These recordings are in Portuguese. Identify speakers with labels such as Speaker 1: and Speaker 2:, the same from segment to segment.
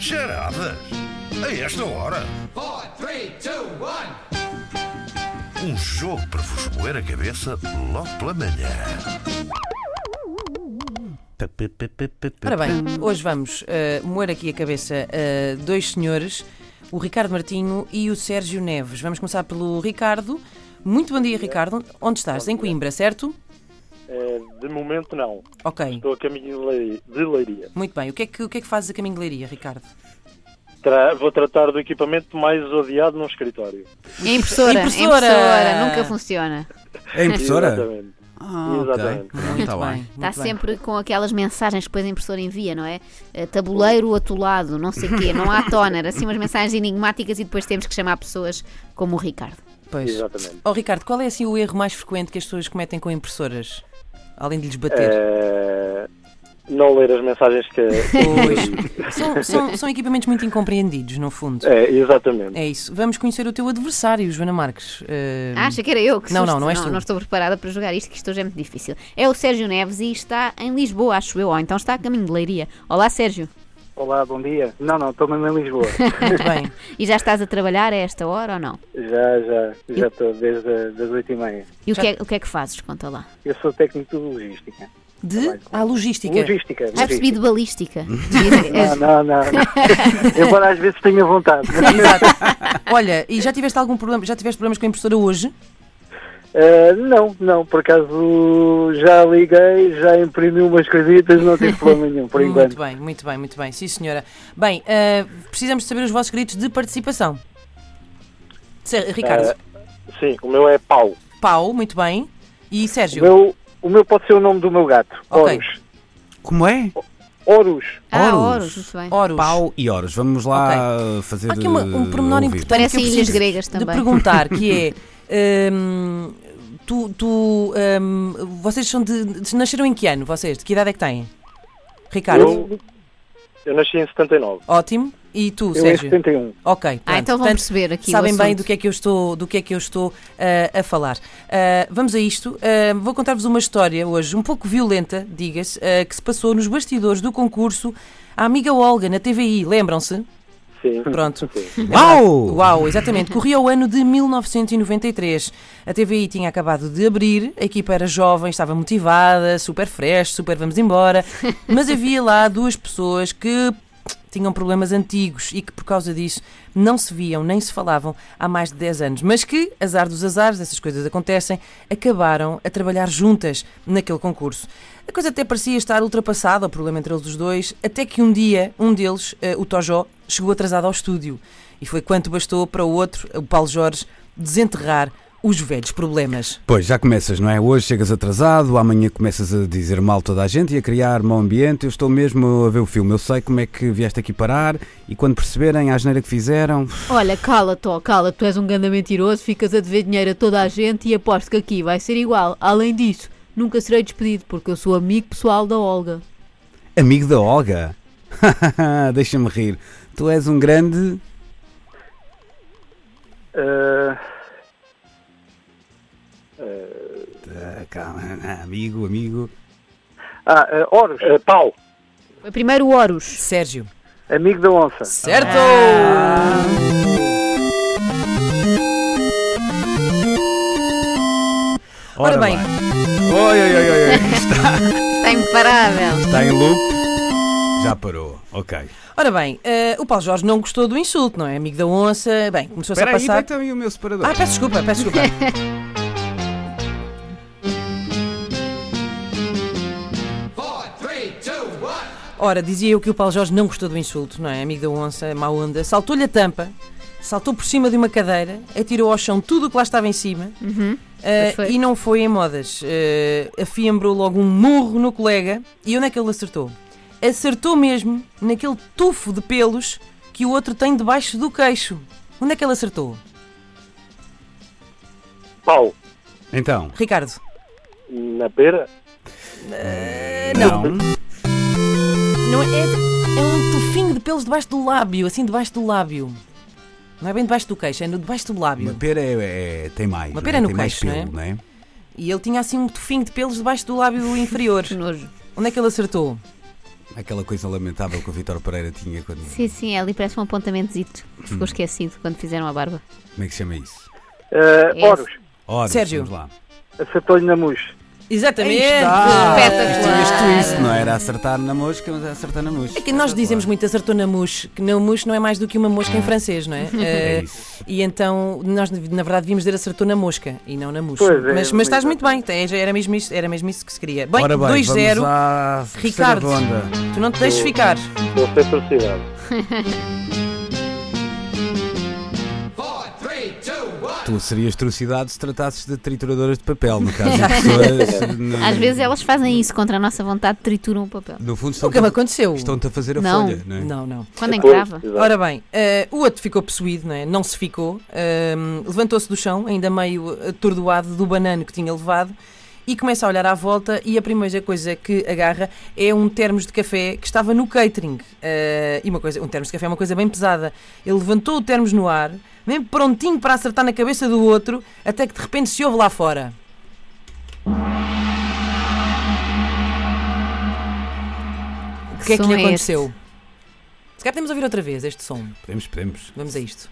Speaker 1: Charadas? A esta hora?
Speaker 2: Four, three, two, one.
Speaker 1: Um jogo para vos moer a cabeça logo pela manhã.
Speaker 3: Ora bem, hoje vamos eh, moer aqui a cabeça a dois senhores, o Ricardo Martinho e o Sérgio Neves. Vamos começar pelo Ricardo. Muito bom dia, Ricardo. Onde estás? Em Coimbra, certo?
Speaker 4: Eh, de momento não.
Speaker 3: Ok.
Speaker 4: Estou a caminho de Lei- de Leiria.
Speaker 3: Muito bem. O que é que, o que, é que fazes a caminho de Leiria, Ricardo?
Speaker 4: Tra- vou tratar do equipamento mais odiado num escritório.
Speaker 5: É
Speaker 3: Impressora.
Speaker 5: impressora, é impressora. nunca funciona.
Speaker 6: É impressora?
Speaker 4: Exatamente.
Speaker 6: Ah,
Speaker 4: Exatamente.
Speaker 6: Pronto, tá bem.
Speaker 3: Muito
Speaker 5: Está
Speaker 3: bem.
Speaker 5: sempre com aquelas mensagens que depois a impressora envia, não é? Eh, Tabuleiro atolado, não sei o quê, não há toner, assim umas mensagens enigmáticas e depois temos que chamar pessoas como o Ricardo.
Speaker 3: Pois.
Speaker 4: Exatamente.
Speaker 3: Oh, Ricardo, qual é assim o erro mais frequente que as pessoas cometem com impressoras? Além de lhes bater.
Speaker 4: Eh, não ler as mensagens que.
Speaker 3: Pois. são, são- são equipamentos muito incompreendidos, no fundo.
Speaker 4: É, exatamente.
Speaker 3: É isso. Vamos conhecer o teu adversário, Joana Marques. Eh,
Speaker 5: Acha que era eu que
Speaker 3: Não,
Speaker 5: susto.
Speaker 3: não, não és tu.
Speaker 5: não estou preparada para jogar isto, que isto hoje é muito difícil. É o Sérgio Neves e está em Lisboa, acho eu, ou então está a caminho de Leiria. Olá, Sérgio.
Speaker 7: Olá, bom dia. Não, não, estou mesmo em Lisboa.
Speaker 3: Muito bem.
Speaker 5: E já estás a trabalhar a esta hora ou não?
Speaker 7: já, já, já estou desde as oito e meia.
Speaker 5: E o que, é, o que é que fazes? Conta lá.
Speaker 7: Eu sou técnico de logística.
Speaker 3: De? Ah, logística.
Speaker 7: Logística.
Speaker 5: Já percebi de
Speaker 7: logística.
Speaker 5: balística.
Speaker 7: Não, não, não. Embora às vezes tenha vontade.
Speaker 3: Exato. Olha, e já tiveste algum problema? Já tiveste problemas com a impressora hoje?
Speaker 7: Eh, não, não, por acaso já liguei, já imprimi umas coisitas, não tive problema nenhum, por enquanto.
Speaker 3: Muito bem, muito bem, muito bem. Sim, senhora. Bem, ah, precisamos de saber os vossos gritos de participação. Sé- Ricardo,
Speaker 7: Eh,
Speaker 4: Sim, o meu é pau.
Speaker 3: Pau, muito bem. E
Speaker 7: O
Speaker 3: Sérgio,
Speaker 7: meu, o meu pode ser o nome do meu gato,
Speaker 3: Ok.
Speaker 7: Horus.
Speaker 6: Como é?
Speaker 7: Horus.
Speaker 5: Ah,
Speaker 6: Horus.
Speaker 5: Horus, muito bem.
Speaker 3: Horus.
Speaker 6: Pau e horas. Vamos lá fazer.
Speaker 3: Há aqui uma- um
Speaker 6: eh,
Speaker 3: pormenor
Speaker 6: ouvir.
Speaker 3: importante
Speaker 5: Parecem
Speaker 3: que eu preciso
Speaker 5: ilhas assim, gregas
Speaker 3: de
Speaker 5: também.
Speaker 3: perguntar, que é... hum, tu, tu, hum, vocês são de, de- Nasceram em que ano, vocês? De que idade é que têm? Ricardo,
Speaker 4: Eu, eu nasci em 79.
Speaker 3: ótimo. E tu,
Speaker 7: Eu em
Speaker 3: Sérgio?
Speaker 7: 71.
Speaker 3: Ok, pronto.
Speaker 5: Ah, então vão
Speaker 3: Portanto,
Speaker 5: perceber aqui o
Speaker 3: Sabem bem
Speaker 5: assunto.
Speaker 3: do que é que eu estou, do que é que eu estou ah, a falar. Ah, vamos a isto. Ah, vou contar-vos uma história hoje, um pouco violenta, diga-se, ah, que se passou nos bastidores do concurso à amiga Olga na TVI. Lembram-se?
Speaker 4: Sim.
Speaker 3: Pronto.
Speaker 4: Sim.
Speaker 6: Uau!
Speaker 3: Uau, exatamente. Corria o ano de 1993. A TVI tinha acabado de abrir, a equipa era jovem, estava motivada, super fresh, super vamos embora. Mas havia lá duas pessoas que tinham problemas antigos e que por causa disso não se viam nem se falavam há mais de 10 anos, mas que, azar dos azares, essas coisas acontecem, acabaram a trabalhar juntas naquele concurso. A coisa até parecia estar ultrapassada, o problema entre eles os dois, até que um dia um deles, eh, o Tojó, chegou atrasado ao estúdio. E foi quanto bastou para o outro, o Paulo Jorge, desenterrar os velhos problemas.
Speaker 6: Pois, já começas, não é? Hoje chegas atrasado, amanhã começas a dizer mal toda a gente e a criar mau ambiente. Eu estou mesmo a ver o filme, eu sei como é que vieste aqui parar e quando perceberem a asneira que fizeram.
Speaker 3: é.
Speaker 8: Olha, cala-te, ó, cala-te, tu és um ganda mentiroso, ficas a dever dinheiro a toda a gente e aposto que aqui vai ser igual. Além disso, nunca serei despedido porque eu sou amigo pessoal da Olga.
Speaker 6: Amigo da Olga? Deixa-me rir. Tu és um grande.
Speaker 7: Eh,
Speaker 6: Ah, Calma, ah, amigo, amigo.
Speaker 7: ah, eh, Horus,
Speaker 4: Eh, pau.
Speaker 8: Primeiro o Horus.
Speaker 3: Sérgio.
Speaker 7: amigo da onça.
Speaker 3: Certo! Ora bem,
Speaker 6: Oi, oi, oi, oi, oi.
Speaker 5: Está imparável.
Speaker 6: Está em loop. Já parou. Ok.
Speaker 3: Ora bem, eh, o Paulo Jorge não gostou do insulto, não é? Amigo da onça, bem, começou-se a
Speaker 6: Espera aí,
Speaker 3: passar.
Speaker 6: então e o meu separador?
Speaker 3: Ah, peço desculpa, peço desculpa.
Speaker 2: Four, three, two, one.
Speaker 3: Ora, dizia eu que o Paulo Jorge não gostou do insulto, não é? Amigo da onça, má onda, saltou-lhe a tampa, saltou por cima de uma cadeira, atirou ao chão tudo o que lá estava em cima eh,
Speaker 5: Uhum. pois foi.
Speaker 3: e não foi em modas. Eh, afiembrou logo um murro no colega e onde é que ele acertou? Acertou mesmo naquele tufo de pelos que o outro tem debaixo do queixo. Onde é que ele acertou?
Speaker 4: Pau.
Speaker 3: tá.
Speaker 6: Então.
Speaker 3: Ricardo.
Speaker 4: Na pera.
Speaker 6: Não.
Speaker 3: Não é, é um tufinho de pelos debaixo do lábio, assim debaixo do lábio. Não é bem debaixo do queixo, é no debaixo do lábio.
Speaker 6: Uma pera é, é- tem mais.
Speaker 3: Uma
Speaker 6: não é?
Speaker 3: pera no
Speaker 6: tem mais
Speaker 3: queixo,
Speaker 6: pelo,
Speaker 3: não
Speaker 6: não é?
Speaker 3: E ele tinha assim um tufinho de pelos debaixo do lábio inferior.
Speaker 5: Que nojo.
Speaker 3: Onde é que ele acertou?
Speaker 6: Aquela coisa lamentável que o Vitor Pereira tinha quando.
Speaker 5: Sim, sim, ali parece um apontamentozito. Ficou esquecido quando fizeram a barba.
Speaker 6: Como é que se chama isso?
Speaker 7: Eh,
Speaker 5: Esse.
Speaker 7: Horus,
Speaker 6: Ora,
Speaker 3: Sérgio.
Speaker 6: vamos lá.
Speaker 7: acertou-lhe na mousse.
Speaker 3: Exatamente.
Speaker 6: Ah,
Speaker 5: Espetacular.
Speaker 6: tinhas tu isso, não era acertar na mosca, mas é acertar na mosca.
Speaker 3: É que nós dizemos muito acertou na mousse, que na mousse não é mais do que uma mosca em francês, não é? Eh,
Speaker 6: Ah. isso.
Speaker 3: E então nós, na verdade, devíamos dizer acertou na mosca e não na mousse.
Speaker 7: Pois é,
Speaker 3: mas, mas estás muito bem,
Speaker 7: exatamente.
Speaker 3: tem- era mesmo, isso, era mesmo isso que se queria. Bem,
Speaker 6: Ora
Speaker 3: 2-0,
Speaker 6: bem, vamos à terceira
Speaker 3: Ricardo.
Speaker 6: ronda.
Speaker 3: tu não te deixes ficar.
Speaker 4: Vou ser felicidade.
Speaker 2: Four, three, two, one.
Speaker 6: Tu serias trucidado se tratasses de trituradoras de papel, no caso. de pessoas, no-
Speaker 5: Às vezes elas fazem isso contra a nossa vontade, trituram o papel.
Speaker 6: No fundo,
Speaker 3: Nunca me
Speaker 6: estão-te
Speaker 3: é aconteceu.
Speaker 6: estão-te a fazer a
Speaker 5: Não.
Speaker 6: folha, não é?
Speaker 3: Não, não.
Speaker 5: Quando
Speaker 4: Pois,
Speaker 5: encrava.
Speaker 4: exato.
Speaker 3: Ora bem, eh, o outro ficou possuído, não é? Não se ficou. Ehm, Levantou-se do chão, ainda meio atordoado do banano que tinha levado, e começa a olhar à volta. E a primeira coisa que agarra é um termos de café que estava no catering. Eh, e uma coisa, um termos de café é uma coisa bem pesada. Ele levantou o termos no ar, bem prontinho para acertar na cabeça do outro, até que de repente se ouve lá fora. O que é que
Speaker 5: som
Speaker 3: lhe
Speaker 5: esse?
Speaker 3: aconteceu? Se calhar podemos ouvir outra vez este som.
Speaker 6: Podemos, podemos.
Speaker 3: Vamos a isto.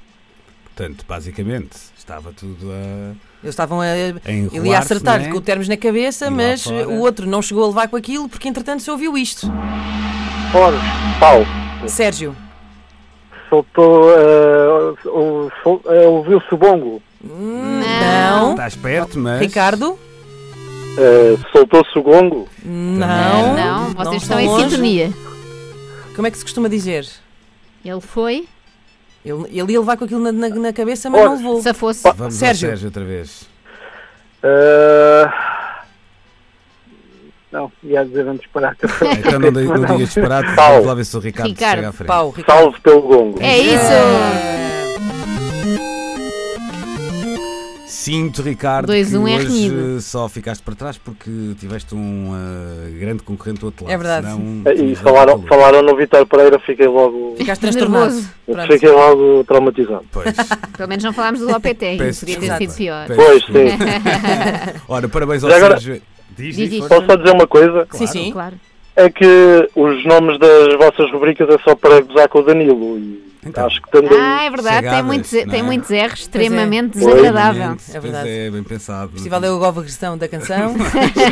Speaker 6: Portanto, basicamente, estava tudo a,
Speaker 3: Eles estavam a.
Speaker 6: a enrolar-se,
Speaker 3: Ele ia acertar-lhe
Speaker 6: não é?
Speaker 3: com o termos na cabeça,
Speaker 6: E lá
Speaker 3: mas
Speaker 6: fora.
Speaker 3: o outro não chegou a levar com aquilo porque entretanto se ouviu isto.
Speaker 7: Horus,
Speaker 4: Pau.
Speaker 3: Sérgio,
Speaker 7: soltou, eh, o- sol- eh, ouviu-se o bongo.
Speaker 3: não.
Speaker 6: Estás perto, mas...
Speaker 3: Ricardo,
Speaker 4: Eh, Soltou-se o gongo.
Speaker 3: não.
Speaker 5: Não, vocês estão em
Speaker 3: longe.
Speaker 5: sintonia.
Speaker 3: Como é que se costuma dizer?
Speaker 5: Ele foi,
Speaker 3: Ele, ele ia levar com aquilo na, na- na cabeça, mas
Speaker 7: Ora,
Speaker 3: não levou.
Speaker 5: se fosse.
Speaker 6: Vamos
Speaker 3: Sérgio.
Speaker 6: ao Sérgio outra vez.
Speaker 7: Eh, não, ia dizer antes parar.
Speaker 6: Então não, di- não digas disparado,
Speaker 4: Pau.
Speaker 6: vamos lá ver se o Ricardo,
Speaker 5: Ricardo,
Speaker 6: chega à frente.
Speaker 3: Pau, Ricardo. Ah,
Speaker 4: Salve pelo gongo.
Speaker 5: É isso!
Speaker 6: Sinto, Ricardo,
Speaker 5: Dois,
Speaker 6: que
Speaker 5: um é
Speaker 6: hoje
Speaker 5: renhido.
Speaker 6: eh, só ficaste para trás porque tiveste um eh, grande concorrente do outro lado.
Speaker 3: É verdade.
Speaker 6: senão
Speaker 4: Eh, E
Speaker 6: tinhas
Speaker 4: falaram,
Speaker 6: dado valor.
Speaker 4: falaram no Vitor Pereira, fiquei logo,
Speaker 3: Ficaste transtornado.
Speaker 5: Nervoso.
Speaker 3: Pronto.
Speaker 4: fiquei logo traumatizado.
Speaker 6: Pois,
Speaker 5: Pelo menos não falámos do Lopetegui,
Speaker 6: peço
Speaker 5: podia ter
Speaker 6: desculpa.
Speaker 5: sido pior.
Speaker 6: Peço
Speaker 4: Pois,
Speaker 6: desculpa.
Speaker 4: sim.
Speaker 6: Ora, parabéns ao
Speaker 4: Já agora-
Speaker 6: Sérgio. Diz,
Speaker 5: Diz, diz.
Speaker 6: força.
Speaker 4: Posso só dizer uma coisa?
Speaker 3: Sim, sim.
Speaker 5: Claro.
Speaker 4: É que os nomes das vossas rubricas é só para gozar com o Danilo. E
Speaker 6: Então.
Speaker 4: acho que também.
Speaker 5: Ah, é verdade, tem
Speaker 6: Chegadas,
Speaker 5: muitos,
Speaker 6: não é?
Speaker 5: tem muitos erros, extremamente
Speaker 4: Pois.
Speaker 5: desagradável.
Speaker 6: Pois
Speaker 3: É verdade.
Speaker 6: É, bem pensado.
Speaker 3: O festival é o Gova Regressão da canção.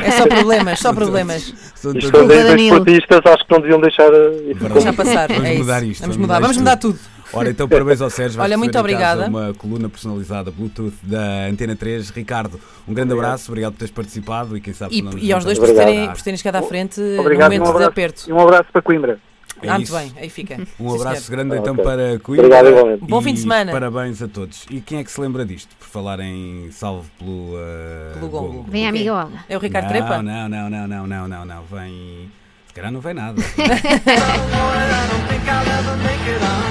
Speaker 3: É só problemas, só problemas.
Speaker 6: São
Speaker 4: Isto
Speaker 6: todos-
Speaker 4: quando é
Speaker 5: Desculpa,
Speaker 4: dois
Speaker 5: Danilo.
Speaker 4: portistas, acho que não deviam deixar. eh, isso
Speaker 6: Verdade.
Speaker 3: Deixa passar.
Speaker 6: Vamos
Speaker 3: é isso.
Speaker 6: mudar isto,
Speaker 3: Vamos
Speaker 6: vamos
Speaker 3: mudar,
Speaker 6: mudar
Speaker 3: vamos
Speaker 6: isto
Speaker 3: mudar tudo.
Speaker 6: Ora, então parabéns ao Sérgio. Vais
Speaker 3: Olha, muito
Speaker 6: receber em casa
Speaker 3: obrigada.
Speaker 6: Uma coluna personalizada Bluetooth da Antena 3. Ricardo, um grande abraço, obrigado por teres participado e quem sabe
Speaker 3: E,
Speaker 6: não nos
Speaker 3: e aos dois
Speaker 6: vemos
Speaker 3: por
Speaker 4: Obrigado.
Speaker 3: terem, por terem chegado à frente
Speaker 7: Obrigado,
Speaker 3: no
Speaker 7: um
Speaker 3: momento de
Speaker 7: abraço.
Speaker 3: aperto.
Speaker 7: E um abraço para Coimbra.
Speaker 6: É
Speaker 3: ah, muito
Speaker 6: isso.
Speaker 3: bem, aí fica.
Speaker 6: Um
Speaker 3: Sim,
Speaker 6: abraço
Speaker 3: senhor.
Speaker 6: grande
Speaker 4: Ah,
Speaker 6: então
Speaker 4: ok.
Speaker 6: para Coimbra.
Speaker 4: Obrigado, igualmente.
Speaker 6: E
Speaker 3: Bom fim de semana.
Speaker 6: Parabéns a todos. E quem é que se lembra disto? Por falar em salvo pelo. eh,
Speaker 3: Pelo gongo.
Speaker 5: Vem a amiga Olga.
Speaker 3: É o Ricardo
Speaker 6: não,
Speaker 3: Trepa?
Speaker 6: Não, não, não, não, não, não, não. Vem. Se calhar não vem nada.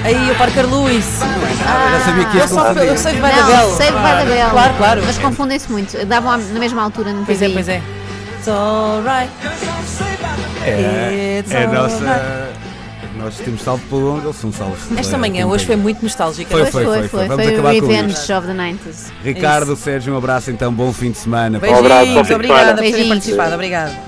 Speaker 3: Aí o Parker Lewis.
Speaker 6: Ah, Eu já sabia que
Speaker 3: Eu
Speaker 6: isto
Speaker 3: só eu sei de Badabel.
Speaker 5: Não, Save by the Bell.
Speaker 3: Claro, claro.
Speaker 5: Mas confundem-se muito. Davam à- na mesma altura no
Speaker 3: Pois é, pois é. It's alright.
Speaker 6: É,
Speaker 3: It's
Speaker 6: é a
Speaker 3: alright.
Speaker 6: nossa. Nós temos salvo pelo longo, eles são salvos. pela-
Speaker 3: Esta manhã
Speaker 6: pelo
Speaker 3: hoje foi
Speaker 6: longo.
Speaker 3: muito nostálgica.
Speaker 6: Foi,
Speaker 5: Pois foi, foi. Foi,
Speaker 6: Vamos
Speaker 5: o
Speaker 6: acabar com
Speaker 5: Revenge
Speaker 6: isto.
Speaker 5: of the 90s.
Speaker 6: Ricardo, Sérgio, um abraço então, bom fim de semana.
Speaker 3: Beijinhos,
Speaker 6: Um
Speaker 4: abraço, bom fim de semana.
Speaker 3: obrigada por terem
Speaker 5: Beijinhos.
Speaker 3: participado. Obrigada.